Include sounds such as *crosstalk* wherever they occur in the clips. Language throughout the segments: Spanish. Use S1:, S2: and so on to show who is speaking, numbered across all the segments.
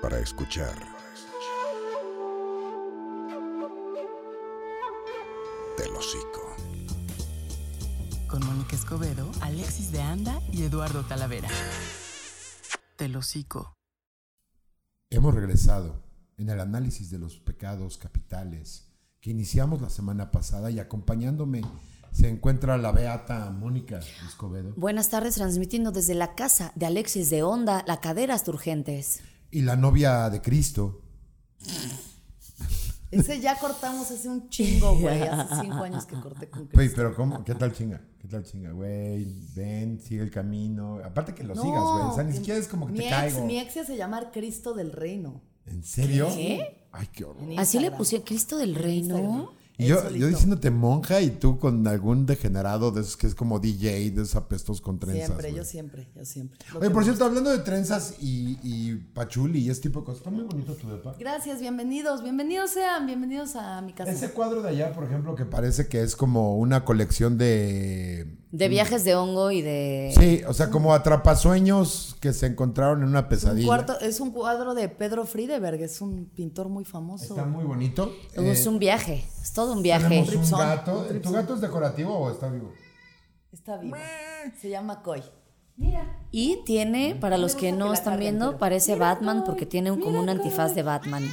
S1: para escuchar. Del hocico.
S2: Con Mónica Escobedo, Alexis de Anda y Eduardo Talavera. Del hocico.
S3: Hemos regresado en el análisis de los pecados capitales que iniciamos la semana pasada y acompañándome se encuentra la beata Mónica Escobedo
S4: Buenas tardes, transmitiendo desde la casa de Alexis de Onda, la caderas turgentes.
S3: y la novia de Cristo.
S5: Ese ya cortamos hace un chingo, güey.
S4: *laughs*
S5: Hace cinco años que corté con
S3: Güey,
S5: Cristo.
S3: pero ¿cómo? ¿Qué tal chinga? ¿Qué tal chinga? Güey, ven, sigue el camino. Aparte que lo
S5: No,
S3: sigas, güey. O sea, ni
S5: que-
S3: siquiera es como que
S5: mi
S3: te
S5: ex,
S3: caigo.
S5: Mi ex se hace llamar Cristo del Reino.
S3: ¿En serio?
S5: ¿Qué?
S3: Ay, qué horror.
S5: en
S4: Así le
S5: Instagram.
S4: puse a Cristo del
S5: Instagram.
S4: Reino.
S3: Y
S5: Él
S3: yo,
S5: solito.
S3: yo diciéndote monja y tú con algún degenerado de esos que es como DJ, de esos apestos con trenzas.
S5: Siempre,
S3: güey.
S5: yo siempre, yo siempre. Lo
S3: Oye,
S5: que
S3: por
S5: me-
S3: cierto, hablando de trenzas y, y pachuli y ese tipo de cosas, está muy bonito tu depa.
S5: Gracias, bienvenidos, bienvenidos sean, bienvenidos a mi casa.
S3: Ese cuadro de allá, por ejemplo, que parece que es como una colección de...
S4: De viajes de hongo y de...
S3: Sí, o sea, como atrapasueños que se encontraron en una
S5: Un
S3: pesadilla.
S5: cuarto, es un cuadro de Pedro Friedeberg, es un pintor muy famoso.
S3: Está muy bonito.
S4: Es
S3: Eh,
S4: un viaje, es todo un viaje.
S3: tenemos un gato. ¿Tu gato es decorativo o está vivo?
S5: Está vivo. Se llama Coy.
S4: Y tiene, para los que
S5: gusta que
S4: no
S5: la
S4: están
S5: carguen,
S4: viendo,
S5: pero-
S4: parece
S5: Mira,
S4: Batman
S5: Coy,
S4: porque tiene un- como
S5: mira,
S4: un antifaz
S5: Coy.
S4: de Batman.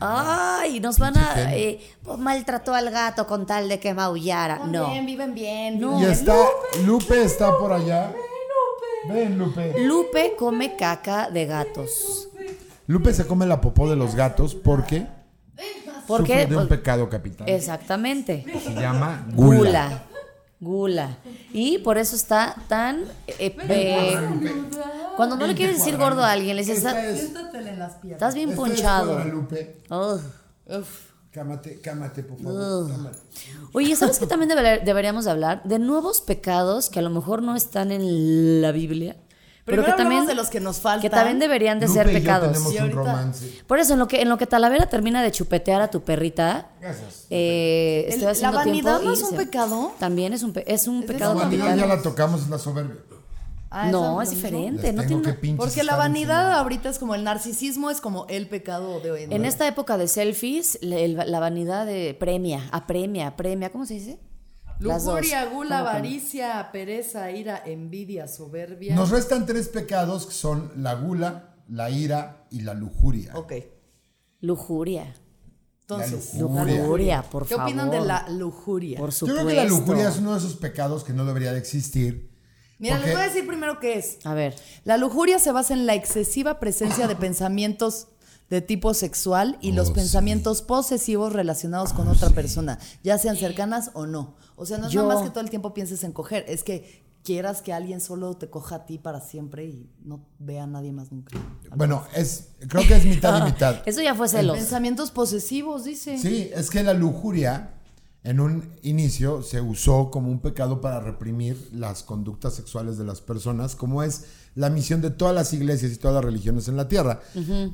S4: Ay, nos van a...
S3: Penny.
S4: eh, maltrató al gato con tal de que maullara. No.
S5: También viven bien.
S4: No.
S3: Y
S4: Ven,
S3: está... Lupe está por allá. Ven, Lupe.
S4: Lupe come caca de gatos.
S3: Lupe se come la popó de los gatos porque
S4: ¿Por
S3: sufre
S4: qué?
S3: de un
S4: Pues-
S3: pecado capital.
S4: exactamente.
S3: Se llama gula.
S4: Gula. Gula. Y por eso está tan... eh, eh, cuando no le quieres decir gordo a alguien, le dices,
S3: Esta
S4: "Está-
S3: es-
S5: Siéntatele en las piernas.
S4: estás bien
S3: esta es
S4: ponchado.
S3: Guadalupe.
S4: Ugh.
S3: Cámate, cámate, por favor. cámate.
S4: Oye, ¿sabes qué también deber- deberíamos de hablar? De nuevos pecados que a lo mejor no están en la Biblia. Pero
S5: Primero
S4: que también,
S5: hablamos de los que nos faltan.
S4: que también deberían de
S3: Lupe
S4: ser
S3: y yo
S4: pecados.
S3: tenemos
S5: Y
S3: un
S5: ahorita-
S3: romance.
S4: Por eso, en lo, que, en lo que Talavera termina de chupetear a tu perrita,
S3: Gracias.
S4: eh,
S5: El-
S4: estoy
S5: la
S4: haciendo
S5: vanidad
S4: tiempo
S5: no
S4: y
S5: es un
S4: se-
S5: pecado.
S4: También es un, pe- es un
S5: Es
S4: pecado
S3: La vanidad
S4: capital.
S3: ya la tocamos, es la soberbia.
S5: Ah, eso
S4: no,
S5: lo
S4: es
S5: mismo.
S4: diferente.
S3: Les
S4: no
S3: tengo
S4: tiene
S3: que
S4: una-
S3: pinches
S5: Porque la
S3: estar
S5: vanidad ahorita es como el narcisismo, es como el pecado de hoy en,
S4: En
S5: día.
S4: esta época de selfies, la, el- la vanidad de premia, apremia, premia, ¿cómo se dice? Las dos.
S5: Lujuria, gula,
S4: ¿Cómo, cómo?
S5: avaricia, pereza, ira, envidia, soberbia.
S3: Nos restan tres pecados que son la gula, la ira y la lujuria.
S5: Ok.
S4: Lujuria.
S5: Entonces,
S3: La lujuria.
S4: Lujuria, por
S5: ¿qué
S4: favor.
S5: opinan de la lujuria?
S4: Por
S3: Yo
S4: supuesto.
S3: creo que la lujuria es uno de esos pecados que no debería de existir.
S5: Mira,
S3: porque
S5: les voy a decir primero qué es.
S4: A ver,
S5: La lujuria se basa en la excesiva
S3: *laughs*
S5: presencia de pensamientos de tipo sexual y los
S3: Oh,
S5: pensamientos posesivos relacionados con otra persona, ya sean cercanas o no. O sea, no es
S4: Yo-
S5: nada más que todo el tiempo pienses en coger, es que quieras que alguien solo te coja a ti para siempre y no vea a nadie más nunca.
S3: Bueno, es, creo que es mitad
S5: *laughs*
S3: y mitad.
S4: eso ya fue celos.
S5: Pensamientos posesivos, dice.
S3: Sí, es que la lujuria en un inicio se usó como un pecado para reprimir las conductas sexuales de las personas, como es la misión de todas las iglesias y todas las religiones en la tierra,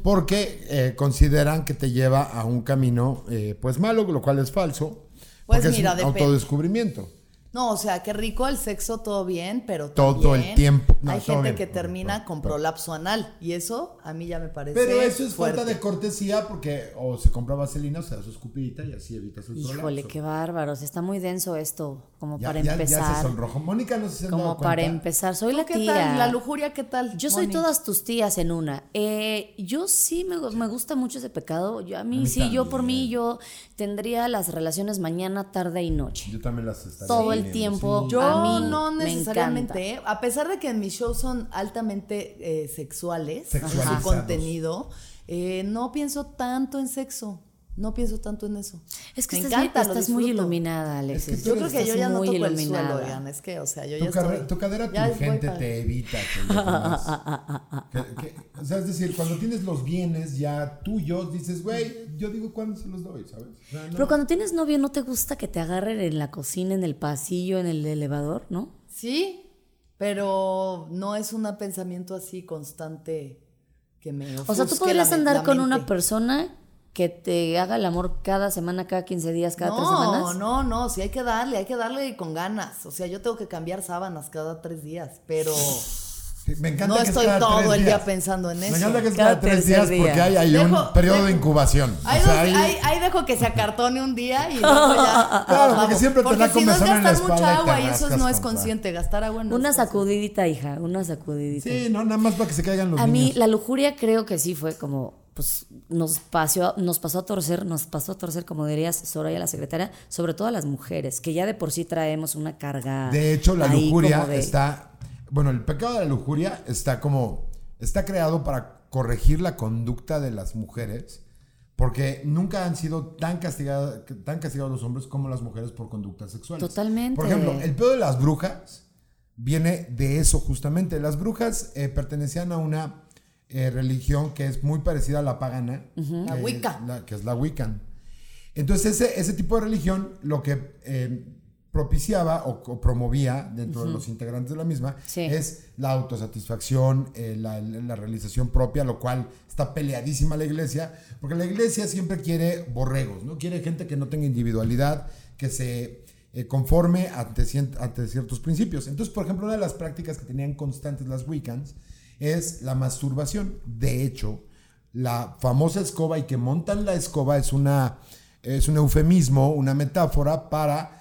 S3: porque eh, consideran que te lleva a un camino eh, pues malo, lo cual es falso,
S5: Pues
S3: porque
S5: mira,
S3: es un
S5: depende.
S3: autodescubrimiento.
S5: No, o sea, qué rico el sexo, todo bien, pero
S3: Todo
S5: también
S3: el tiempo. No,
S5: hay
S3: todo
S5: gente
S3: bien.
S5: que
S3: Ok,
S5: termina
S3: pero-
S5: con
S3: pero-
S5: prolapso anal y eso a mí ya me parece
S3: Pero eso es falta
S5: fuerte.
S3: de cortesía porque o se compra vaselina o se da su escupidita y así evitas el
S4: Híjole,
S3: prolapso.
S4: qué bárbaros. Está muy denso esto, como
S3: Ya-
S4: para
S3: ya-
S4: empezar.
S3: Ya se sonrojó. Mónica no sé si se han
S4: como
S3: dado
S4: para
S3: cuenta.
S4: empezar. Soy la
S5: ¿Qué
S4: tía.
S5: tal? La lujuria, ¿qué tal?
S4: Yo soy
S5: Moni?
S4: todas tus tías en una. Eh, yo sí me, me gusta mucho ese pecado. Yo, a mí,
S3: A mí
S4: sí, yo por
S3: también.
S4: mí, yo tendría las relaciones mañana, tarde y noche.
S3: Yo también las estaría
S4: Todo el
S3: teniendo,
S4: tiempo.
S3: sí.
S5: Yo
S4: a mí
S5: no
S4: me
S5: necesariamente, ¿eh? a pesar de que en mis shows son altamente eh, sexuales,
S3: Sexualizados.
S5: su contenido, eh, no pienso tanto en sexo. No pienso tanto en eso.
S4: Es que
S5: Me
S4: estás,
S5: encanta,
S4: bien-
S5: lo
S4: estás muy
S5: disfruto.
S4: iluminada, Alexis.
S3: Es que
S5: Yo creo que
S4: estás
S5: yo ya no
S4: muy
S5: toco el
S4: iluminada.
S5: suelo, oigan. Es que, o sea, yo
S3: Tu,
S5: ya
S3: carre-
S5: estoy...
S3: tu cadera
S5: ya voy
S3: turgente
S5: para-
S3: te evita. que lo demás-
S4: *laughs*
S3: que- que- o sea, es decir, cuando tienes los bienes ya tuyos, dices, güey, yo digo cuándo se los doy, ¿sabes? O sea, no-
S4: Pero cuando tienes novio, ¿no te gusta que te agarren en la cocina, en el pasillo, en el elevador, no?
S5: Sí, pero no es un pensamiento así constante que me
S4: O sea, tú
S5: ofusque
S4: podrías
S5: la-
S4: andar
S5: la
S4: con
S5: mente.
S4: una persona que te haga el amor cada semana, cada 15 días, cada tres semanas.
S5: No, no, sí hay que darle, hay que darle con ganas. O sea, yo tengo que cambiar sábanas cada tres días, pero
S3: Sí, me encanta
S5: No
S3: que es
S5: estoy
S3: cada
S5: todo
S3: tres
S5: el día
S3: días.
S5: pensando en
S3: Me
S5: eso.
S3: encanta que es
S4: Cada
S3: cada tres
S4: tercer
S3: días
S4: día.
S3: porque hay, hay un
S5: Dejo-
S3: periodo de
S5: dejo-
S3: incubación.
S5: Ahí,
S3: O sea,
S5: los-
S3: hay-
S5: ahí- ahí dejo que se acartone un día y
S4: *laughs*
S5: luego ya.
S3: Claro,
S5: lo
S3: porque
S5: hago.
S3: siempre te
S5: Porque
S3: da
S5: si no es
S3: comezón en la
S5: gastar
S3: espalda
S5: mucha
S3: y te
S5: agua y eso
S3: rascas
S5: no es
S3: contra-
S5: consciente. Gastar agua no
S4: Una
S5: es consciente.
S4: sacudidita, hija, una sacudidita.
S3: Sí, no, nada más para que se caigan los
S4: A mí
S3: niños.
S4: la lujuria creo que sí fue como, pues nos, pasó, nos pasó a torcer, nos pasó a torcer, como dirías Soraya la secretaria, sobre todo a las mujeres, que ya de por sí traemos una carga.
S3: De hecho, la
S4: ahí
S3: lujuria
S4: como de-
S3: está. Bueno, el pecado de la lujuria está como. Está creado para corregir la conducta de las mujeres. Porque nunca han sido tan, castigada- tan castigados los hombres como las mujeres por conductas sexuales.
S4: Totalmente.
S3: Por ejemplo, el pedo de las brujas viene de eso justamente. Las brujas eh, pertenecían a una eh, religión que es muy parecida a la pagana.
S5: La
S3: eh,
S5: Wicca.
S3: la- que es la Wiccan. Entonces, ese, ese tipo de religión lo que eh, propiciaba o, o promovía dentro de los integrantes de la misma
S4: Sí.
S3: es la autosatisfacción, eh, la, la realización propia, lo cual está peleadísima la iglesia, porque la iglesia siempre quiere borregos, ¿no? Quiere gente que no tenga individualidad, que se eh, conforme ante, cien- ante ciertos principios. Entonces, por ejemplo, una de las prácticas que tenían constantes las Wiccans es la masturbación. De hecho, la famosa escoba y que montan la escoba es una es un eufemismo, una metáfora para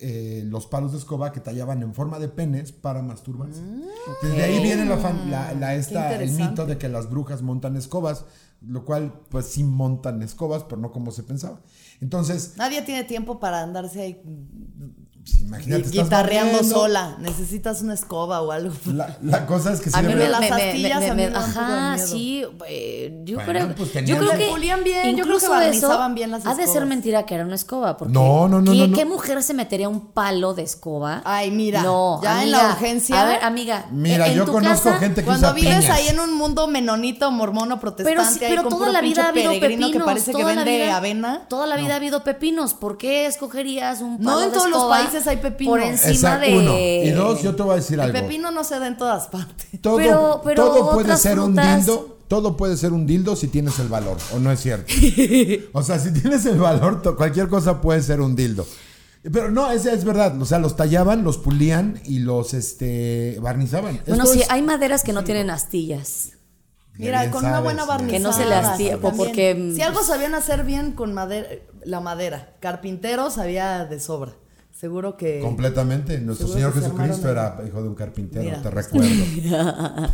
S3: eh, los palos de escoba que tallaban en forma de penes para masturbarse. Desde ahí viene la, fam- la- la esta- el
S5: interesante.
S3: mito de que las brujas montan escobas, lo cual pues sí montan escobas, pero no como se pensaba. Entonces,
S5: Nadie tiene tiempo para andarse ahí
S3: pues, imagínate, estás
S5: guitarreando
S3: barriendo,
S5: sola. Necesitas una escoba o algo.
S3: La, la cosa es que
S4: A
S3: sí
S4: mí
S3: le-
S4: me,
S5: las
S4: me- me-
S5: astillas
S4: me-
S5: a mí
S4: me-
S5: me da un poco de
S4: ajá,
S5: miedo.
S4: sí, eh, yo
S3: Bueno,
S4: creo,
S3: pues
S4: yo
S3: tenían
S4: creo
S3: que-
S4: que
S5: pulían bien, yo creo
S4: incluso
S5: que
S4: eso
S5: barnizaban bien las
S4: ha de ser
S5: escobas.
S4: mentira que era una escoba, porque
S3: No, no, no,
S4: ¿qué,
S3: no, no.
S4: qué mujer se metería un palo de escoba?
S5: Ay, mira, ya en la urgencia-
S4: A ver, amiga,
S3: Mira,
S4: en
S3: yo
S4: tu
S3: conozco
S4: casa-
S3: gente que
S5: Cuando
S3: usa
S5: vives
S3: piñas.
S5: ahí en un mundo menonito, mormono, protestante,
S4: Pero, sí,
S5: ahí
S4: pero
S5: con
S4: toda
S5: puro
S4: la vida
S5: pinche
S4: ha habido
S5: peregrino
S4: pepinos.
S5: que parece que
S4: toda la
S5: vende
S4: vida-
S5: avena.
S4: Toda la vida ha habido pepinos. ¿Por qué escogerías un
S5: No,
S4: palo
S5: en
S4: de
S5: todos los
S4: escoba
S5: países hay pepino.
S4: Por encima
S3: Exacto,
S4: de.
S3: uno. Y dos, yo te voy a decir
S5: El
S3: algo.
S5: pepino no se da en todas partes.
S3: Todo,
S4: Pero- pero
S3: todo puede
S4: otras
S3: ser un
S4: frutas-
S3: dildo. Todo puede ser un dildo si tienes el valor, o no es
S4: *laughs*
S3: cierto. o sea, si tienes el valor, to- cualquier cosa puede ser un dildo. Pero no, es, es verdad. O sea, los tallaban, los pulían y los este barnizaban.
S4: Bueno,
S3: Esto
S4: sí,
S3: es-
S4: hay maderas que no tienen astillas.
S5: Mira,
S3: bien
S5: con una
S3: sabes,
S5: buena
S3: bien
S5: barnizada.
S4: Que no se le
S3: sabes.
S4: astille,
S5: también.
S4: porque- mm,
S5: Si algo sabían hacer bien con madera, la madera. Carpintero sabía de sobra. Seguro que...
S3: Completamente. Nuestro
S5: Seguro
S3: Señor
S5: que se
S3: Jesucristo
S5: armaron
S3: era hijo de un carpintero,
S5: Mira.
S3: te recuerdo. *laughs*
S5: *laughs*
S3: no,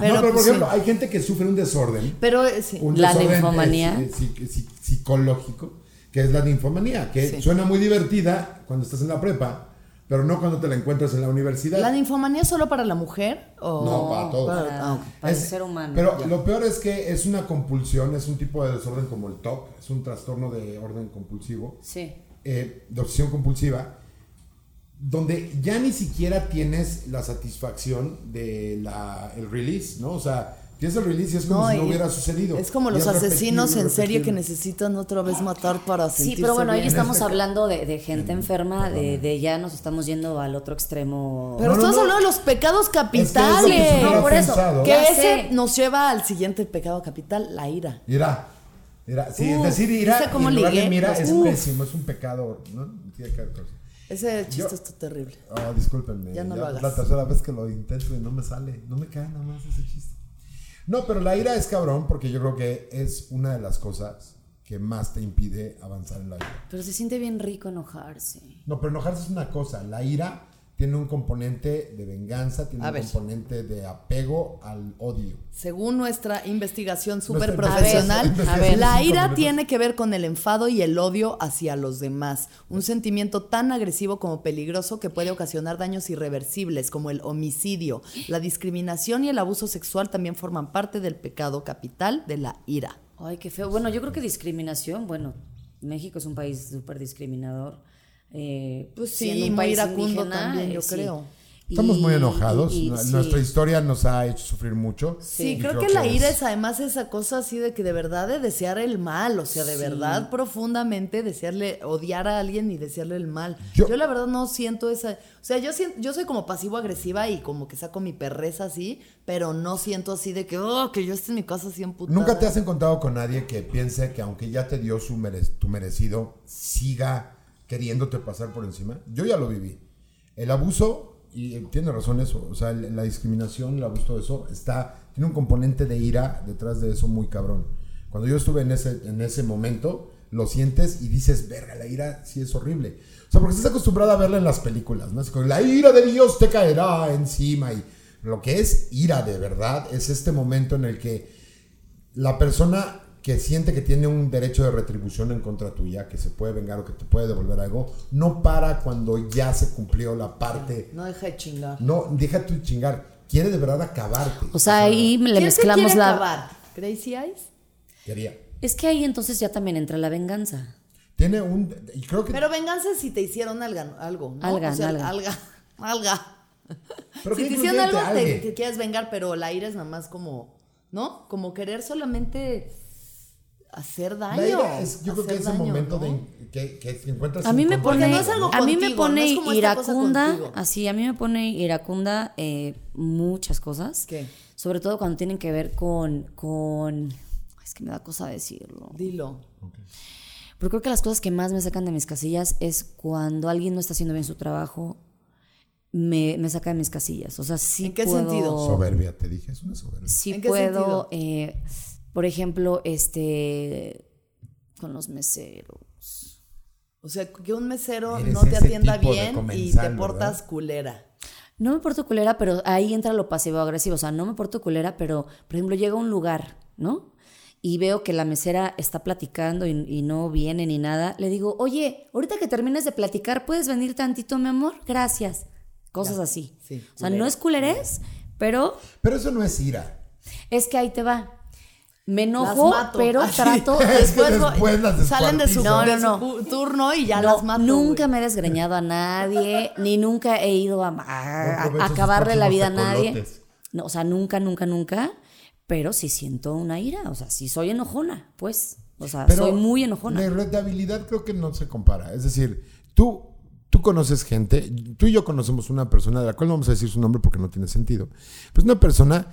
S3: pero por
S5: pues,
S3: ejemplo,
S5: sí.
S3: hay gente que sufre un desorden.
S5: Pero eh, sí.
S3: un
S4: La
S3: desorden,
S4: linfomanía.
S3: eh, psi- psi- psicológico, que es la ninfomanía, que
S5: Sí.
S3: suena muy divertida cuando estás en la prepa, pero no cuando te la encuentras en la universidad.
S5: ¿La ninfomanía es solo para la mujer? O...
S3: No, para todo.
S5: ah, ok.
S4: Para el
S3: Es-
S4: ser humano.
S3: Pero lo peor es que es una compulsión, es un tipo de desorden como el TOC, es un trastorno de orden compulsivo,
S4: Sí.
S3: eh, de obsesión compulsiva, donde ya ni siquiera tienes la satisfacción de la, el release, ¿no? O sea, tienes el release y es como
S5: No,
S3: si no
S5: y-
S3: hubiera sucedido.
S5: Es como
S3: Y
S5: los
S3: repetirlo,
S5: asesinos en serie que
S3: repetirlo.
S5: necesitan otra vez matar para sentirse
S4: Sí, pero bueno, ahí
S5: bien.
S4: estamos hablando de, de gente enferma, de, de ya nos estamos yendo al otro extremo.
S5: Pero
S3: No, no,
S5: estamos
S3: no.
S5: hablando de los pecados
S3: Es que es lo que
S5: capitales.
S3: se
S4: Dale.
S3: hubiera
S4: No, por eso,
S3: pensado.
S5: que
S4: Ya
S5: ese
S4: sé.
S5: nos lleva al siguiente pecado capital, la ira.
S3: Ira. Ira. Sí,
S5: Uf,
S3: decir ira
S5: ¿viste cómo
S3: en lugar de
S5: ligué?
S3: mira es
S5: Uf.
S3: pésimo, es un pecado, ¿no? Sí, acá, pues.
S5: Ese chiste
S3: Yo-
S5: está terrible.
S3: Ah, discúlpenme.
S5: Ya no lo
S3: es
S5: hagas.
S3: La tercera vez que lo intento y no me sale. No me cae nada más ese chiste. No, pero la ira es cabrón porque yo creo que es una de las cosas que más te impide avanzar en la vida.
S4: Pero se siente bien rico enojarse.
S3: No, pero enojarse es una cosa. La ira tiene un componente de venganza, tiene
S5: A
S3: un
S5: ver.
S3: componente de apego al odio.
S5: Según nuestra investigación
S3: Nuestra
S5: súper profesional,
S3: investigación-
S4: A ver, a ver.
S5: la
S3: cinco
S5: ira
S3: minutos.
S5: tiene que ver con el enfado y el odio hacia los demás. Un sentimiento tan agresivo como peligroso que puede ocasionar daños irreversibles, como el homicidio. La discriminación y el abuso sexual también forman parte del pecado capital de la ira.
S4: Ay, qué feo. Bueno, yo creo que discriminación, bueno, México es un país súper discriminador. Eh, pues
S5: Sí,
S4: siendo un
S5: muy
S4: país
S5: iracundo
S4: indígena,
S5: también,
S4: eh,
S5: yo creo.
S3: Estamos
S4: Y-
S3: muy enojados.
S4: y- y
S3: Nu-
S4: sí.
S3: Nuestra historia nos ha hecho sufrir mucho.
S5: Sí,
S3: Y
S5: creo, que, la ira
S3: es-
S5: es además esa cosa así de que de verdad de desear el mal, o sea, de verdad profundamente desearle, odiar a alguien y desearle el mal.
S3: Yo-
S5: Yo, la verdad no siento esa, o sea, yo siento, yo soy como pasivo-agresiva y como que saco mi perreza así, pero no siento así de que, oh, que yo esté en mi casa así emputada.
S3: Nunca te has encontrado con nadie que piense que aunque ya te dio su mere- tu merecido, siga queriéndote pasar por encima. Yo ya lo viví. El abuso y eh, tiene razón eso, o sea, el- la discriminación, el abuso de eso, está, tiene un componente de ira detrás de eso muy cabrón. Cuando yo estuve en ese, en ese momento, lo sientes y dices, verga, la ira sí es horrible. O sea, porque estás acostumbrado a verla en las películas, ¿no? Es como, la ira de Dios te caerá encima y lo que es ira de verdad es este momento en el que la persona que siente que tiene un derecho de retribución en contra tuya, que se puede vengar o que te puede devolver algo, no para cuando ya se cumplió la parte.
S5: No deja de chingar.
S3: No, deja tu chingar. Quiere de verdad acabarte.
S4: O sea, ahí le
S5: ¿Quién se
S4: mezclamos
S5: quiere
S4: la...
S5: acabar? ¿Crazy Eyes?
S3: Quería.
S4: Es que ahí entonces ya también entra la venganza.
S3: Tiene un... Y creo que...
S5: Pero venganza si te hicieron alga- algo, ¿no?
S4: Alga,
S5: O sea,
S4: alga.
S5: alga. *laughs* alga.
S3: pero
S5: si
S3: qué
S5: te hicieron
S3: incluyente,
S5: algo, te,
S3: alguien.
S5: te quieres vengar, pero la ira es nada más como, ¿no? Como querer solamente hacer daño.
S3: La ira es- yo creo que
S5: hacer
S3: ese
S5: daño,
S3: momento
S5: ¿no?
S3: de in- que, que te encuentras...
S4: A mí me
S3: incontrol-
S4: pone,
S5: no es algo
S4: a mí me
S5: contigo, no
S4: pone
S5: es como esta cosa
S4: iracunda,
S5: contigo.
S4: así, a mí me pone iracunda eh, muchas cosas.
S5: ¿Qué?
S4: Sobre todo cuando tienen que ver con, con... Es que me da cosa decirlo.
S5: Dilo.
S4: Pero creo que las cosas que más me sacan de mis casillas es cuando alguien no está haciendo bien su trabajo, me, me saca de mis casillas. O sea, sí
S5: ¿En qué
S4: puedo-
S5: sentido?
S3: Soberbia, te dije, es una soberbia.
S4: sí
S5: ¿En qué
S4: puedo, eh, por ejemplo, este, con los meseros.
S5: O sea, que un mesero
S3: Eres
S5: no te
S3: ese
S5: atienda
S3: tipo de
S5: bien y te
S3: comensal,
S5: portas
S3: ¿verdad?
S5: culera.
S4: No me porto culera, pero ahí entra lo pasivo-agresivo. O sea, no me porto culera, pero, por ejemplo, llega a un lugar, ¿no? Y veo que la mesera está platicando y, y no viene ni nada. Le digo, oye, ahorita que termines de platicar, ¿puedes venir tantito, mi amor? Gracias. Cosas así.
S5: sí,
S4: o sea, no es culerés, pero
S3: Pero eso no es ira.
S4: es que ahí te va. Me
S5: Las
S4: enojo,
S5: mato.
S4: pero
S5: *laughs* Así.
S3: *laughs*
S4: trato...
S3: Es que
S5: Después,
S3: después las
S5: salen de su,
S3: descuartizan.
S5: de
S4: No,
S5: su
S4: no,
S5: pu- turno y ya
S4: No,
S5: las mato.
S4: nunca
S5: güey.
S4: me he desgreñado a
S5: *laughs*
S4: nadie, ni nunca he ido a, a-
S3: No aprovecho
S4: a
S3: sus
S4: acabarle la vida a
S3: próximos
S4: nadie.
S3: tecolotes.
S4: No, o sea, nunca, nunca, nunca. Pero sí siento una ira. O sea, sí soy enojona, pues. O sea, soy muy enojona.
S3: La irritabilidad creo que no se compara. Es decir, tú, tú conoces gente, tú y yo conocemos una persona de la cual no vamos a decir su nombre porque no tiene sentido. Pero es una persona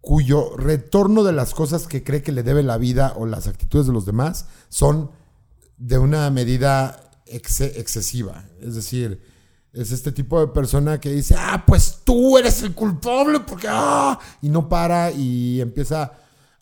S3: cuyo retorno de las cosas que cree que le debe la vida o las actitudes de los demás son de una medida exce- excesiva. Es decir, es este tipo de persona que dice, ah, pues tú eres el culpable porque, ah, y no para y empieza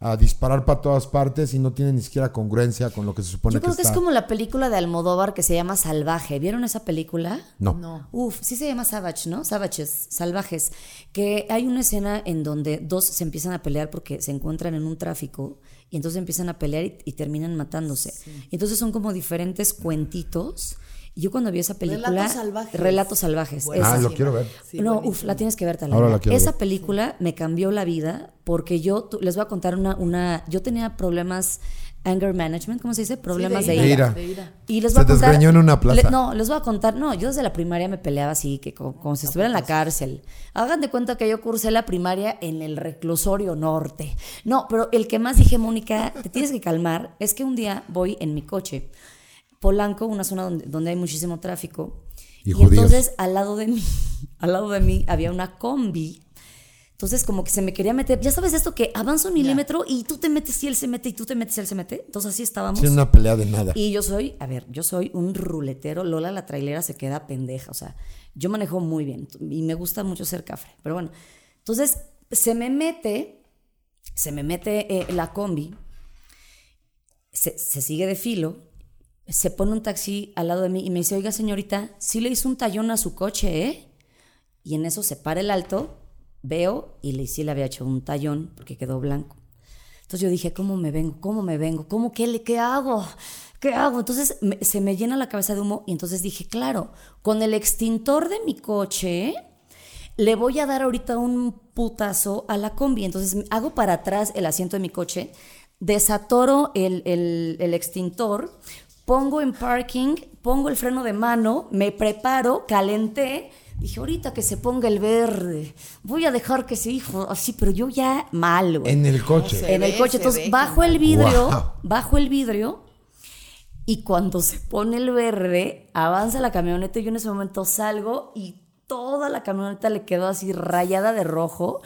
S3: a disparar para todas partes y no tiene ni siquiera congruencia con lo que se supone
S4: Yo creo que
S3: está.
S4: es como la película de Almodóvar que se llama Salvaje. ¿Vieron esa película?
S3: No.
S5: No.
S4: Uf, sí se llama Savage, ¿no? Savages, salvajes. Que hay una escena en donde dos se empiezan a pelear porque se encuentran en un tráfico y entonces empiezan a pelear y, y terminan matándose. Y entonces son como diferentes cuentitos. Y Yo cuando vi esa película.
S5: Relatos salvajes.
S4: Relatos salvajes.
S5: Buenísima.
S3: Ah,
S4: esa.
S3: lo quiero ver.
S5: Sí,
S4: no,
S5: buenísima.
S4: uf, la tienes que ver, tal.
S3: Ahora la quiero
S4: Esa
S3: ver.
S4: película me cambió la vida porque yo tu- les voy a contar una, una. Yo tenía problemas anger management, ¿cómo se dice? Problemas
S5: de
S4: de,
S3: ira.
S4: ira.
S3: De
S5: ira.
S4: Y les
S3: Se
S4: voy a contar.
S3: desgreñó en una plaza.
S4: le- no, les voy a contar. No, yo desde la primaria me peleaba así, que como, como si estuviera en la cárcel. Hagan de cuenta que yo cursé la primaria en el reclusorio norte. No, pero el que más dije, Mónica, te tienes que calmar, es que un día voy en mi coche. Polanco, una zona donde, donde hay muchísimo tráfico.
S3: Y
S4: Y,
S3: judíos.
S4: entonces al lado de mí, *laughs* al lado de mí había una combi. Entonces como que se me quería meter, ya sabes esto que avanza un milímetro y tú te metes y él se mete y tú te metes y él se mete. Entonces así estábamos.
S3: Tiene una pelea de nada.
S4: Y yo soy, a ver, yo soy un ruletero. Lola la trailera se queda pendeja. O sea, yo manejo muy bien t- y me gusta mucho ser cafre. Pero bueno, entonces se me mete, se me mete eh, la combi, se, se sigue de filo, se pone un taxi al lado de mí y me dice, oiga señorita, sí le hizo un tallón a su coche, ¿eh? Y en eso se para el alto, veo y le, sí le había hecho un tallón porque quedó blanco. Entonces yo dije, ¿cómo me vengo? ¿Cómo me vengo? ¿Cómo qué, le- qué hago? ¿Qué hago? Entonces me- se me llena la cabeza de humo y entonces dije, claro, con el extintor de mi coche le voy a dar ahorita un putazo a la combi. Entonces me- hago para atrás el asiento de mi coche, desatoro el, el- el extintor, pongo en parking, pongo el freno de mano, me preparo, calenté. Dije, ahorita que se ponga el verde, voy a dejar que se hijo así, pero yo ya mal, güey
S3: En el coche.
S5: No sé.
S4: en el
S5: ve, se
S4: coche. Entonces
S5: ve,
S4: bajo el vidrio,
S3: Wow.
S4: bajo el vidrio y cuando se pone el verde, avanza la camioneta y yo en ese momento salgo y toda la camioneta le quedó así rayada de rojo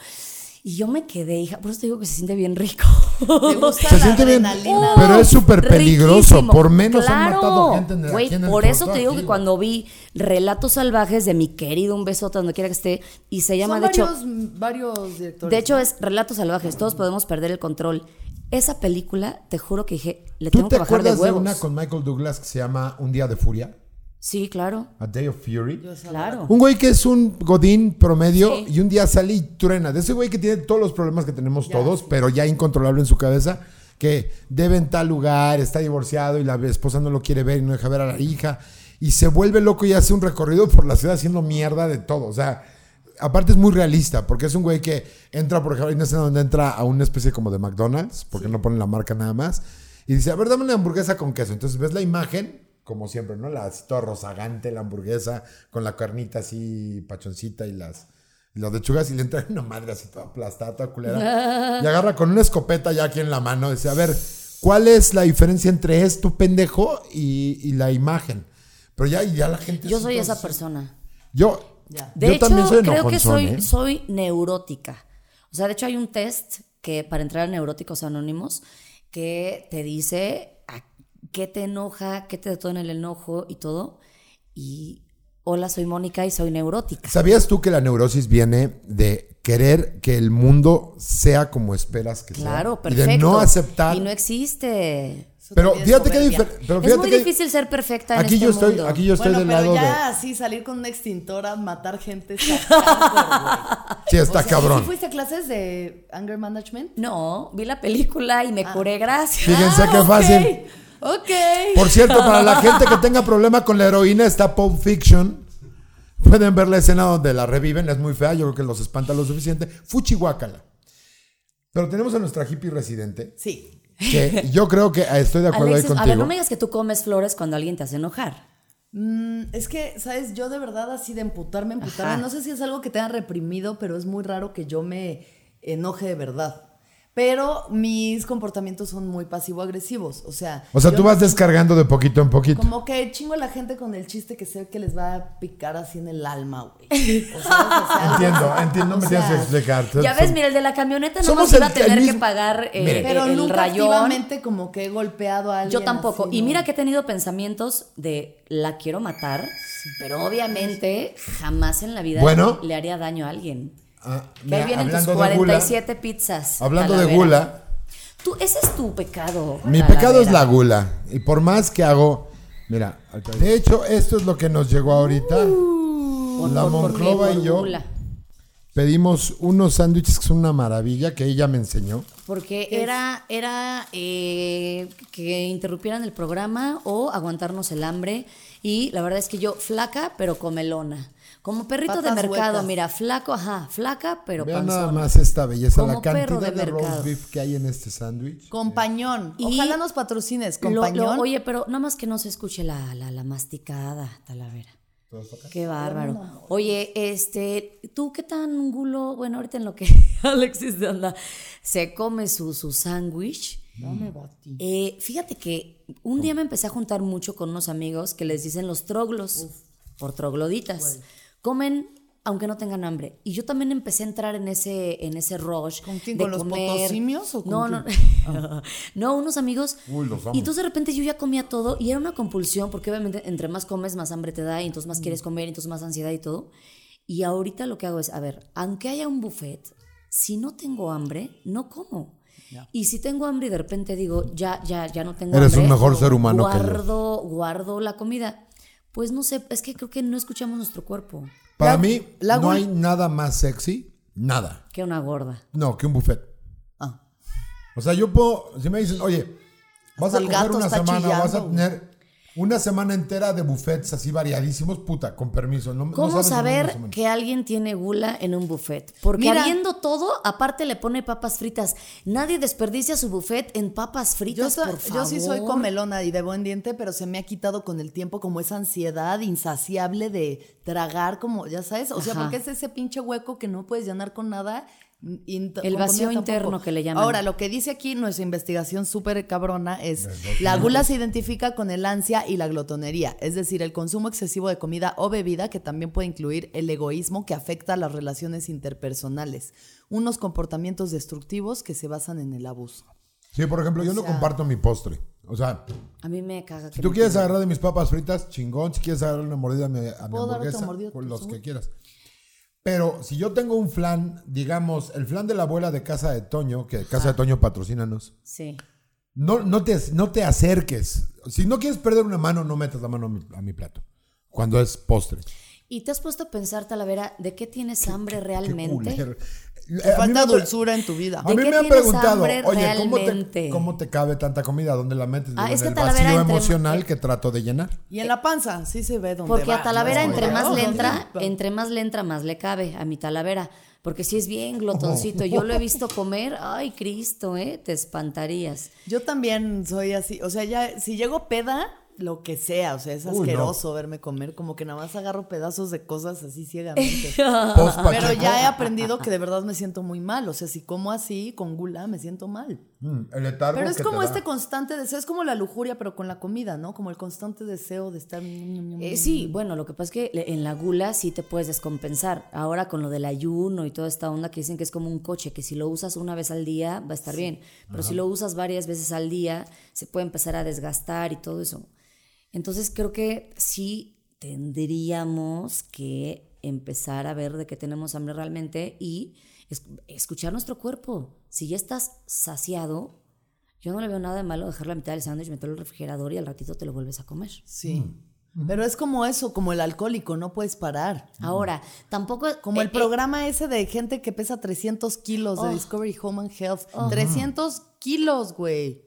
S4: Y yo me quedé, hija, por eso te digo que se siente bien rico. *laughs*
S5: ¿Te gusta
S3: Se
S5: la
S3: siente bien,
S5: adrenalina?
S4: ¡Uh!
S3: pero es súper peligroso.
S4: Riquísimo.
S3: Por menos han
S4: Claro.
S3: matado gente en,
S4: Güey,
S3: aquí en el
S4: Por eso
S3: corredor,
S4: te digo
S3: aquí,
S4: que
S3: güey.
S4: cuando vi Relatos Salvajes de mi querido Un Besote, donde quiera que esté, y se llama,
S5: Son
S4: de hecho,
S5: varios, varios directores.
S4: de hecho es Relatos Salvajes, todos podemos perder el control. Esa película, te juro que dije, le
S3: ¿Tú
S4: tengo
S3: te
S4: que bajar de
S3: acuerdas de,
S4: huevos.
S3: una con Michael Douglas que se llama Un Día de Furia?
S4: Sí, claro,
S3: A Day of Fury.
S4: claro.
S3: Un güey que es un godín promedio y un día sale y truena. De ese güey que tiene todos los problemas que tenemos todos, pero ya incontrolable en su cabeza, que debe en tal lugar, está divorciado y la esposa no lo quiere ver y no deja ver a la hija. Y se vuelve loco y hace un recorrido por la ciudad haciendo mierda de todo. O sea, aparte es muy realista, porque es un güey que entra, por ejemplo, hay una escena donde entra a una especie como de McDonald's, porque no ponen la marca nada más, y dice, a ver, dame una hamburguesa con queso. Entonces ves la imagen, como siempre, ¿no? La así toda rozagante, la hamburguesa, con la carnita así pachoncita y las... y Las lechugas y le entra una madre así toda aplastada, toda culera.
S4: *laughs*
S3: Y agarra con una escopeta ya aquí en la mano. Dice, a ver, ¿cuál es la diferencia entre esto, pendejo, y, y la imagen? Pero ya, ya la gente...
S4: Yo
S3: es
S4: soy esa
S3: entonces-
S4: persona.
S3: Yo,
S4: De
S3: yo
S4: hecho,
S3: también soy
S4: creo que
S3: enojonzón,
S4: soy,
S3: ¿eh?
S4: soy neurótica. O sea, de hecho hay un test que para entrar a Neuróticos Anónimos que te dice a qué te enoja, qué te detona el enojo y todo. Y hola, soy Mónica y soy neurótica.
S3: ¿Sabías tú que la neurosis viene de querer que el mundo sea como esperas que
S4: Claro,
S3: sea?
S4: perfecto.
S3: Y de no aceptar.
S4: Y no existe.
S3: pero
S5: también es
S3: fíjate que
S5: soberbia.
S3: difer- pero
S4: es
S3: fíjate
S4: muy
S3: que
S4: difícil ser perfecta en
S3: aquí
S4: este
S3: yo estoy
S4: mundo.
S3: aquí yo estoy
S5: bueno,
S3: del
S5: pero
S3: lado
S5: ya así salir con una extintora, matar gente,
S4: *laughs*
S5: está cabrón, güey.
S3: de Sí, está
S4: Pues
S5: O sea, ¿Sí
S3: cabrón.
S5: fuiste a clases de anger management?
S4: No, vi la película y me
S5: Ah.
S4: curé, gracias.
S3: Fíjense qué
S5: ok.
S3: fácil.
S5: Ok.
S3: Por cierto, para la gente que tenga problema con la heroína está Pulp Fiction. Pueden ver la escena donde la reviven, es muy fea, yo creo que los espanta lo suficiente. Fuchihuacala. Pero tenemos a nuestra hippie residente,
S5: Sí.
S4: *laughs*
S3: que yo creo que eh, estoy de acuerdo
S4: Ah. Alexis,
S3: ahí
S4: a ver, no
S3: contigo.
S4: me digas que tú comes flores cuando alguien te hace enojar.
S5: Mm, es que, ¿sabes? Yo de verdad así de emputarme, emputarme.
S4: Ajá.
S5: No sé si es algo que te han reprimido, pero es muy raro que yo me enoje de verdad. Pero mis comportamientos son muy pasivo-agresivos. O sea,
S3: O sea,
S5: yo
S3: tú vas descargando de poquito en poquito.
S5: Como que chingo a la gente con el chiste que sé que les va a picar así en el alma,
S4: *laughs*
S5: güey. O sea, o sea,
S3: Entiendo, entiendo, no me
S5: O sea,
S3: tienes que explicar.
S4: Ya ves, mira, el de la camioneta no
S3: Somos
S4: nos iba
S3: el-
S4: a tener
S3: el
S4: que
S3: mismo-
S4: pagar eh,
S3: Mire.
S5: Pero
S4: el
S5: nunca
S4: rayón.
S5: activamente como que he golpeado a alguien.
S4: Yo tampoco.
S5: así,
S4: Y
S5: ¿no?
S4: mira que he tenido pensamientos de la quiero matar, pero obviamente jamás en la vida
S3: Bueno.
S4: le haría daño a alguien.
S3: Ah,
S4: Que ahí
S3: mira,
S4: vienen tus
S3: hablando de gula,
S4: 47 pizzas.
S3: Hablando de
S4: Talavera.
S3: gula,
S4: Tú, ese es tu pecado.
S3: mi
S4: Talavera.
S3: pecado es la gula. Y por más que hago, mira, de hecho, esto es lo que nos llegó ahorita. la
S4: Por- Uh. por- por mí,
S3: Monclova
S4: por
S3: y yo
S4: gula.
S3: pedimos unos sándwiches que son una maravilla que ella me enseñó.
S4: Porque era, era eh, que interrumpieran el programa o aguantarnos el hambre. Y la verdad es que yo flaca, pero comelona. Como perrito de
S5: Patas
S4: mercado,
S5: huecas.
S4: mira, flaco, ajá, flaca, pero
S3: Vean nada
S4: panzona.
S3: más esta belleza, la
S4: Como perro
S3: cantidad
S4: de
S3: de, roast
S4: mercado.
S3: beef que hay en este sándwich.
S5: Compañón.
S4: Y-
S5: Ojalá nos patrocines,
S4: Lo- lo-
S5: compañón.
S4: oye, pero nada más que no se escuche la, la, la masticada, Talavera. Qué bárbaro. Oye, este, ¿tú qué tan gulo? Bueno, ahorita en lo que *laughs* Alexis de anda se come su su sándwich. Eh, fíjate que un día me empecé a juntar mucho con unos amigos que les dicen los troglos, por trogloditas. Comen aunque no tengan hambre. Y yo también empecé a entrar en ese, en ese rush.
S5: ¿Con quién?
S4: de
S5: ¿Con los
S4: comer.
S5: potosimios o con
S4: No, no. no, unos amigos.
S3: Uy, los amo.
S4: Y entonces de repente yo ya comía todo y era una compulsión, porque obviamente entre más comes, más hambre te da, y entonces más
S3: Mm.
S4: quieres comer, y entonces más ansiedad y todo. Y ahorita lo que hago es, a ver, aunque haya un buffet, si no tengo hambre, no como. Y si tengo hambre y de repente digo, ya, ya, ya no tengo
S3: Eres
S4: hambre.
S3: un mejor ser humano que yo.
S4: guardo, guardo la comida. Pues no sé, es que creo que no escuchamos nuestro cuerpo.
S3: Para
S5: La-
S3: mí,
S5: la
S3: no
S5: gula-
S3: hay nada más sexy, nada.
S4: Que una gorda.
S3: No, que un buffet.
S5: Ah.
S3: O sea, yo puedo, si me dicen, oye, vas
S5: Hasta
S3: a
S5: el
S3: coger
S5: gato
S3: una
S5: está
S3: semana, vas a
S5: chillando,
S3: tener una semana entera de buffets así variadísimos, puta, con permiso. No, no
S4: ¿Cómo
S3: sabes en una
S4: saber
S3: semana.
S4: que alguien tiene gula en un buffet? Porque
S5: Mira.
S4: habiendo todo, aparte le pone papas fritas. Nadie desperdicia su buffet en papas
S5: Yo,
S4: fritas,
S5: so-
S4: por favor.
S5: yo sí soy comelona y de buen diente, pero se me ha quitado con el tiempo como esa ansiedad insaciable de tragar, como, ya sabes, o sea,
S4: Ajá.
S5: porque es ese pinche hueco que no puedes llenar con nada int-
S4: El vacío
S5: comida tampoco.
S4: interno que le llaman.
S5: Ahora, lo que dice aquí nuestra investigación súper cabrona es la gula se identifica con el ansia y la glotonería, es decir, el consumo excesivo de comida o bebida que también puede incluir el egoísmo que afecta a las relaciones interpersonales, unos comportamientos destructivos que se basan en el abuso.
S3: Sí, por ejemplo, yo no comparto mi postre. O sea,
S4: A mí me caga que
S3: si tú
S4: me
S3: quieres
S4: pidan.
S3: agarrar de mis papas fritas, chingón. Si quieres agarrar una mordida a mi, a mi
S5: ¿Puedo darte
S3: hamburguesa,
S5: una mordida
S3: con
S5: tú
S3: los
S5: solo?
S3: que quieras. Pero si yo tengo un flan, digamos, el flan de la abuela de Casa de Toño, que Casa de Toño patrocínanos,
S4: Sí.
S3: no, no, te, no te acerques. Si no quieres perder una mano, no metas la mano a mi, a mi plato. Cuando es postre.
S4: ¿Y te has puesto a pensar, Talavera, de qué tienes hambre
S3: Qué
S4: realmente?
S3: culero.
S5: Te
S3: Eh, a mí
S5: falta
S3: me-
S5: dulzura en tu vida.
S3: A mí
S4: ¿De qué
S3: me han
S4: tienes
S3: preguntado,
S4: hambre
S3: oye, ¿cómo te,
S4: realmente?
S3: ¿cómo te cabe tanta comida? ¿Dónde la metes?
S4: Ah,
S3: Digo, en
S4: es que
S3: el
S4: Talavera
S3: vacío
S4: entre-
S3: emocional que trato de llenar.
S5: Y en la panza, sí se ve donde
S4: Porque
S5: va,
S4: a Talavera
S5: ¿no?
S4: entre más
S5: Oye,
S4: le entra,
S5: ¿dónde va?
S4: entre más le entra, más le cabe a mi Talavera. Porque si es bien
S3: *laughs*
S4: glotoncito, yo lo he visto comer, ay Cristo, eh, te
S5: *laughs*
S4: espantarías.
S5: Yo también soy así, o sea, ya si llego peda, lo que sea, o sea, es
S3: Uy, no.
S5: asqueroso verme comer, como que nada más agarro pedazos de cosas así ciegamente. *laughs*
S4: Ah,
S3: Post
S5: Pero
S3: Pacheco.
S5: ya he aprendido que de verdad me siento muy mal, o sea, si como así con gula me siento mal.
S3: Mm, el letargo
S5: Pero es
S3: que te
S5: como
S3: da.
S5: este constante deseo, es como la lujuria pero con la comida, ¿no? Como el constante deseo de estar
S4: Eh, sí, bueno, lo que pasa es que le- en la gula sí te puedes descompensar. Ahora con lo del ayuno y toda esta onda que dicen que es como un coche, que si lo usas una vez al día va a estar bien, pero si lo usas varias veces al día se puede empezar a desgastar y todo eso. Entonces creo que sí tendríamos que empezar a ver de qué tenemos hambre realmente y es- escuchar nuestro cuerpo. Si ya estás saciado, yo no le veo nada de malo dejar la mitad del sándwich, meterlo al refrigerador y al ratito te lo vuelves a comer.
S5: Sí. Pero es como eso, como el alcohólico, no puedes parar.
S4: Ahora, tampoco
S5: Como
S4: eh,
S5: el
S4: eh,
S5: programa ese de gente que pesa 300 kilos de
S4: Oh.
S5: Discovery Home and Health. 300 kilos, güey.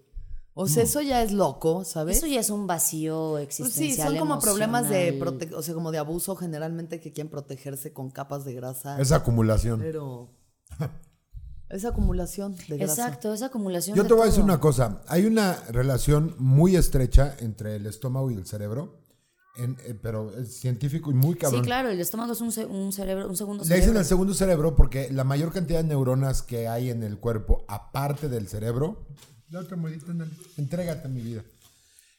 S5: O sea, eso ya es loco, ¿sabes?
S4: eso ya es un vacío
S5: Pues
S4: existencial.
S5: sí, son como problemas de
S4: emocional.
S5: prote- o sea, como de abuso generalmente que quieren protegerse con capas de grasa.
S3: Es acumulación. *laughs*
S5: Pero es acumulación de grasa.
S4: Exacto, esa acumulación.
S3: Yo
S4: de
S3: te voy a decir
S4: todo.
S3: una cosa. Hay una relación muy estrecha entre el estómago y el cerebro, en- eh, pero es científico y muy cabrón.
S4: Sí, claro, el estómago es un, ce- un cerebro, un segundo
S3: Le dicen
S4: cerebro.
S3: el segundo cerebro porque la mayor cantidad de neuronas que hay en el cuerpo, aparte del cerebro, la otra mordita, ándale, entrégate mi vida,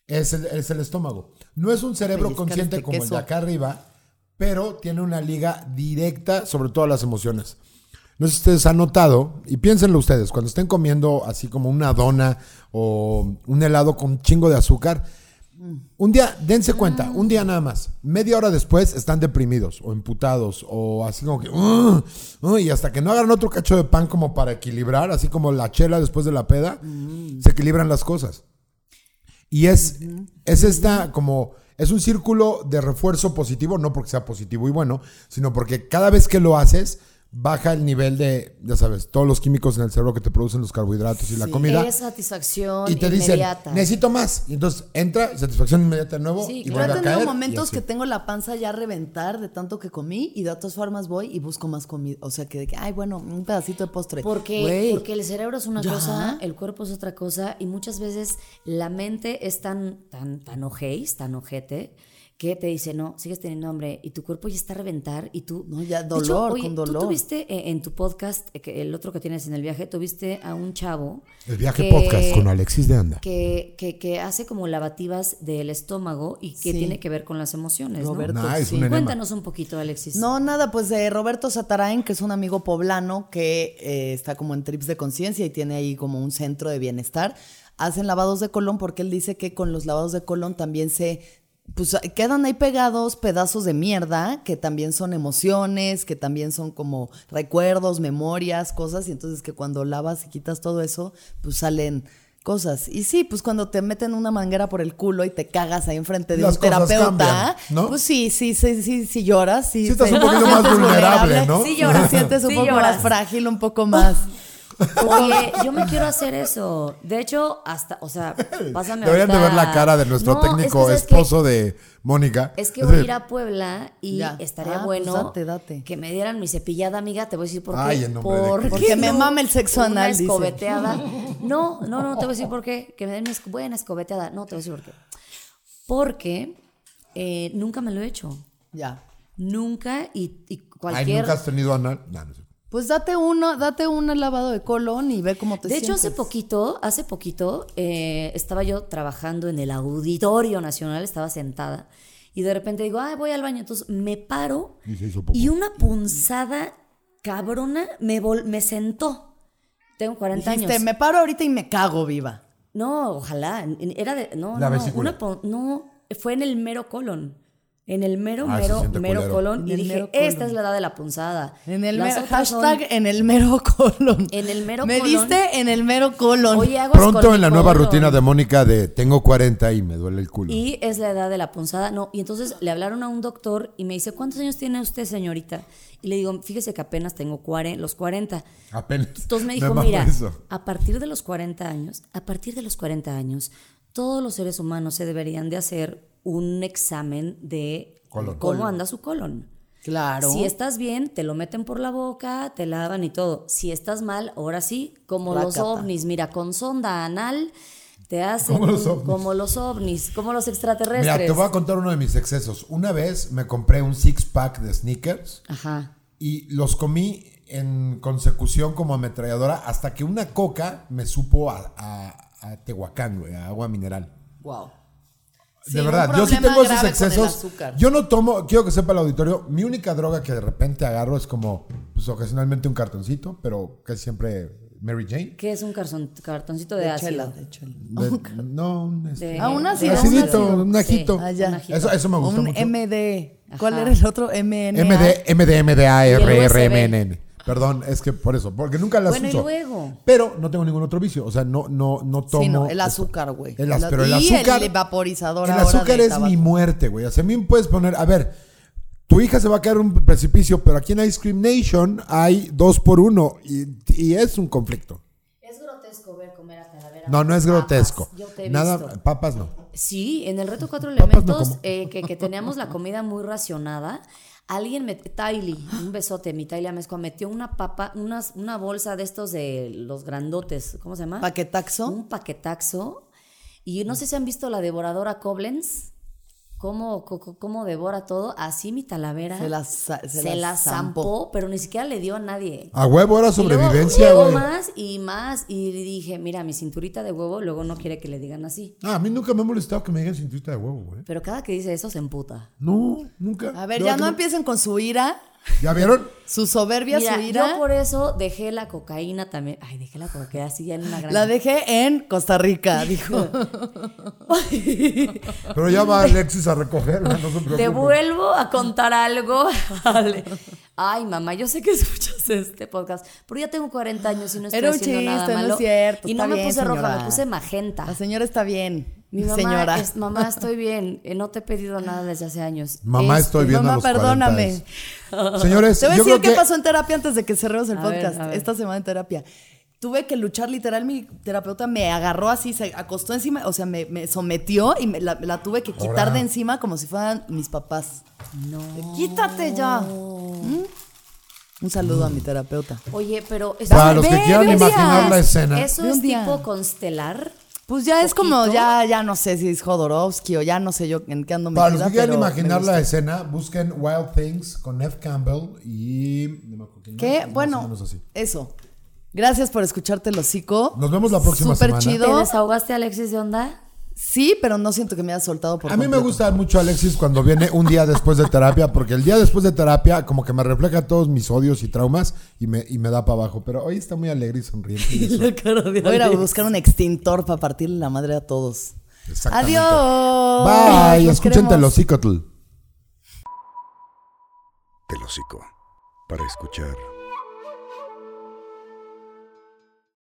S3: es el, es el estómago. No es un cerebro
S5: Pellizcar
S3: consciente
S5: este
S3: como el
S5: queso.
S3: de acá arriba, pero tiene una liga directa sobre todas las emociones. No sé si ustedes han notado, y piénsenlo ustedes, cuando estén comiendo así como una dona o un helado con chingo de azúcar, un día, dense cuenta, un día nada más. Media hora después están deprimidos o emputados o así como que... "Ugh, ugh", y hasta que no hagan otro cacho de pan como para equilibrar, así como la chela después de la peda, se equilibran las cosas. Y es, es esta como... Es un círculo de refuerzo positivo, no porque sea positivo y bueno, sino porque cada vez que lo haces, baja el nivel de, ya sabes, todos los químicos en el cerebro que te producen los carbohidratos y la comida
S4: Es satisfacción
S3: y te dicen,
S4: inmediata.
S3: necesito más. Y entonces entra, satisfacción inmediata de nuevo
S4: Sí,
S3: y vuelve
S4: claro.
S5: Yo he
S3: a
S5: tenido
S3: caer.
S5: momentos
S3: y
S5: que
S3: así.
S5: tengo la panza ya a reventar de tanto que comí y de otras formas voy y busco más comida. O sea, que, de que, ay, bueno, un pedacito de postre.
S4: Porque,
S5: Güey.
S4: porque el cerebro es una
S5: Ya.
S4: cosa, el cuerpo es otra cosa, y muchas veces la mente es tan, tan, tan ojéis, tan ojete, que te dice, no, sigues teniendo hambre, y tu cuerpo ya está a reventar, y tú...
S5: No, ya,
S4: De
S5: dolor, con
S4: Tú
S5: dolor.
S4: tuviste eh, en tu podcast, eh, que el otro que tienes en el viaje, tuviste a un chavo...
S3: El viaje
S4: que-
S3: podcast con Alexis de Anda.
S4: Que, que, que hace como lavativas del estómago y que
S5: Sí.
S4: tiene que ver con las emociones, ¿no?
S5: Roberto,
S3: Nah, es
S5: sí.
S3: un enema.
S4: Cuéntanos un poquito, Alexis.
S5: No, nada, pues de Roberto Satarain, que es un amigo poblano que eh, está como en trips de conciencia y tiene ahí como un centro de bienestar. Hacen lavados de colon porque él dice que con los lavados de colon también se. Pues quedan ahí pegados pedazos de mierda que también son emociones, que también son como recuerdos, memorias, cosas. Y entonces que cuando lavas y quitas todo eso, pues salen cosas. Y sí, pues cuando te meten una manguera por el culo y te cagas ahí enfrente de
S3: Las
S5: un
S3: cosas
S5: terapeuta,
S3: cambian, ¿no?
S5: pues sí, sí, sí, sí, sí lloras, sí.
S3: Sí estás
S5: te-
S3: un poquito más
S5: sientes
S3: vulnerable, ¿no?
S5: Sí lloras,
S3: Sí.
S5: sientes un
S4: Sí
S5: poco
S4: lloras.
S5: más frágil, un poco más.
S4: Oye, yo me quiero hacer eso. De hecho, hasta,
S3: *laughs*
S4: o sea, pásame
S3: Deberían de
S4: ahorita-
S3: ver la cara de nuestro
S4: No, es que,
S3: técnico
S4: ¿sabes qué?
S3: esposo de Mónica.
S4: Es que
S3: Es
S4: voy a
S3: de-
S4: ir a Puebla y
S5: Ya.
S4: estaría
S5: Ah,
S4: bueno
S5: pues date, date.
S4: que me dieran mi cepillada, amiga. Te voy a decir por qué.
S3: Ay, en nombre de Cristo.
S5: Porque me
S4: no?
S5: mama el sexo
S4: Una
S5: anal, dice.
S4: escobeteada.
S5: *laughs*
S4: No, no, no, te voy a decir por qué. Que me den una esc- buena escobeteada. No, te voy a decir por qué. Porque eh, nunca me lo he hecho.
S5: Ya.
S4: Nunca y, y
S3: Ay,
S4: cualquier...
S3: nunca has tenido anal. No, no sé.
S5: Pues date una, date una lavado de colon y ve cómo te
S4: De hecho, hace
S5: sientes.
S4: poquito, hace poquito, eh, estaba yo trabajando en el Auditorio Nacional, estaba sentada, y de repente digo, ay, voy al baño. Entonces me paro
S3: Y se hizo popó.
S4: y una punzada cabrona me, vol- me sentó. Tengo 40
S5: Dijiste,
S4: años.
S5: me paro ahorita y me cago viva.
S4: No, ojalá. en- en- Era de. No,
S3: La
S4: no, no,
S3: vesícula.
S4: una pon- no, fue en el mero colon. En el mero,
S3: Ah, se
S4: mero,
S3: siente
S4: mero
S3: culero.
S4: colon.
S5: En
S4: Y
S5: el
S4: dije,
S5: mero
S4: esta
S5: colon.
S4: es la edad de la punzada.
S5: En el
S4: Las
S5: mero,
S4: otras son-
S5: hashtag en el mero *laughs* colon.
S4: En el mero
S5: me
S4: colon.
S5: diste en el mero colon.
S4: Oye, aguas
S3: Pronto
S4: con
S3: en la
S4: mi
S3: nueva
S4: colon.
S3: rutina de Mónica de tengo 40 y me duele el culo.
S4: Y es la edad de la punzada, no. Y entonces le hablaron a un doctor y me dice, ¿cuántos años tiene usted, señorita? Y le digo, fíjese que apenas tengo cuare- los 40.
S3: Apenas.
S4: Entonces me dijo,
S3: mamo
S4: mira,
S3: eso.
S4: a partir de los 40 años, a partir de los 40 años, todos los seres humanos se deberían de hacer un examen de
S3: Colon.
S4: cómo anda su colon.
S5: Claro.
S4: Si estás bien, te lo meten por la boca, te lavan y todo. Si estás mal, ahora sí, como los
S5: Rácata.
S4: ovnis, mira, con sonda anal te hacen
S3: Como los
S4: un-
S3: ovnis.
S4: como los ovnis, como los extraterrestres.
S3: Mira, te voy a contar uno de mis excesos. Una vez me compré un six pack de sneakers
S4: Ajá.
S3: y los comí en consecución como ametralladora hasta que una coca me supo a, a- a Tehuacán, güey, a agua mineral.
S5: Wow.
S3: de verdad, yo sí tengo esos excesos.
S5: Yo,
S3: Yo no tomo, quiero que sepa el auditorio, mi única droga que de repente agarro es como, pues ocasionalmente un cartoncito, pero que siempre Mary Jane.
S5: *laughs*
S4: ¿Qué es un carzon- cartoncito de,
S5: de
S4: ácido?
S5: chela, de chela.
S3: De- no, un, este,
S4: De-
S5: Ah, un ácido,
S4: de
S5: un
S3: acidito,
S4: ácido.
S3: un
S4: Sí,
S3: ajito.
S5: Ah, ya.
S4: un ajito.
S3: eso, eso me gustó
S5: Un
S3: mucho.
S5: MD. ¿Cuál
S4: Ajá.
S5: era el otro? MN.
S3: MD, MD, MDA,
S4: Y el
S3: R, R,
S4: USB.
S3: M, N, N. Perdón, es que por eso, porque nunca las
S4: Bueno, y
S3: uso.
S4: luego.
S3: Pero no tengo ningún otro vicio, o sea, no, no, no tomo.
S5: Sí, no, el
S3: esto.
S5: azúcar, güey.
S3: El az- pero el
S5: y
S3: azúcar.
S5: el vaporizador
S3: El
S5: ahora
S3: azúcar
S5: de
S3: es mi
S5: tabaco.
S3: muerte, güey. O sea, a mí me puedes poner, a ver, tu hija se va a caer en un precipicio, pero aquí en Ice Cream Nation hay dos por uno y, y es un conflicto.
S4: Es grotesco ver comer a calavera.
S3: No, no es
S4: Papas,
S3: grotesco.
S4: yo te he
S3: Nada,
S4: visto.
S3: papas no.
S4: Sí, en el reto cuatro
S3: Papas *laughs* no
S4: elementos
S3: como.
S4: eh, que, que teníamos la comida muy racionada. Alguien me Tylee, un besote, mi Tylee Amezcua, metió una papa, unas, una bolsa de estos de los grandotes, ¿cómo se llama?
S5: Paquetaxo.
S4: Un paquetaxo. Y no sé si han visto la devoradora Koblenz, cómo, co- co- cómo devora todo. Así mi talavera
S5: Se la sa- se la
S4: zampó,
S5: zampó.
S4: pero ni siquiera le dio a nadie.
S3: A huevo era
S4: Y luego
S3: sobrevivencia,
S4: llegó
S3: güey.
S4: más y más. Y le dije, mira, mi cinturita de huevo, luego no quiere que le digan así.
S3: Ah, a mí nunca me ha molestado que me digan cinturita de huevo, güey.
S4: Pero cada que dice eso se emputa.
S3: No, nunca.
S5: A ver,
S3: De
S5: ya
S3: verdad
S5: no
S3: que
S5: empiecen con su ira,
S3: ¿Ya vieron?
S5: su soberbia,
S4: Mira,
S5: su ira.
S4: yo por eso dejé la cocaína también. Ay, dejé la cocaína así ya en una gran...
S5: La dejé en Costa Rica, dijo.
S3: Pero ya va Alexis a recogerla, no se preocupen.
S4: *laughs* Te vuelvo a contar algo. *laughs* Ale. Ay, mamá, yo sé que *laughs* escuchas este podcast, pero ya tengo 40 años y no estoy
S5: Era un
S4: haciendo nada
S5: chiste, no es
S4: malo.
S5: cierto,
S4: Y no
S5: está
S4: me
S5: bien,
S4: puse roja,
S5: señora.
S4: me puse magenta.
S5: La señora está bien.
S4: Mi mamá,
S5: señora.
S4: es- mamá, estoy bien. eh, No te he pedido nada desde hace años.
S3: Mamá,
S4: Este,
S3: estoy viendo
S5: Mamá,
S3: a los 40
S5: perdóname.
S3: es.
S5: *laughs*
S3: Señores,
S5: Te voy a
S3: yo
S5: decir
S3: creo
S5: qué
S3: que
S5: pasó en terapia antes de que cerremos el
S4: A ver,
S5: podcast.
S4: a ver.
S5: Esta semana en terapia. Tuve que luchar literal, mi terapeuta me agarró así, se acostó encima, o sea, me, me sometió y me la, la tuve que quitar
S3: Ahora.
S5: de encima como si fueran mis papás.
S4: No.
S5: Quítate ya. ¿Mm? Un saludo a mi terapeuta.
S4: Oye, pero... eso-
S3: Para los que
S4: Ve,
S3: quieran
S4: ve un día.
S3: imaginar la escena.
S4: Eso
S5: Ve un
S4: es
S5: día.
S4: tipo constelar.
S5: Pues ya es como,
S4: Poquito.
S5: ya, ya no sé si es Jodorowsky o ya no sé yo en qué ando
S3: Para los
S5: metida,
S3: que quieran
S5: pero me
S3: imaginar
S5: gusta.
S3: la escena, busquen Wild Things con Nev Campbell y. no me acuerdo quién
S5: Que,
S3: más, más o
S5: bueno,
S3: menos así.
S5: eso. Gracias por escucharte, el hocico.
S3: Nos vemos la próxima
S5: Súper
S3: semana.
S5: chido.
S4: ¿Te desahogaste, Alexis, de onda?
S5: Sí, pero no siento que me hayas soltado por
S3: A mí me
S5: completo.
S3: gusta mucho Alexis cuando viene un día después de terapia, porque el día después de terapia, como que me refleja todos mis odios y traumas y me, y me da para abajo. Pero hoy está muy alegre y sonriente. y
S5: *laughs*
S3: eso.
S5: Voy a ir a buscar un extintor para partirle la madre a todos.
S3: Exactamente.
S5: Adiós.
S3: Bye.
S5: Los
S3: Escúchate
S5: queremos.
S3: los Cicotl.
S1: Telosico. Para escuchar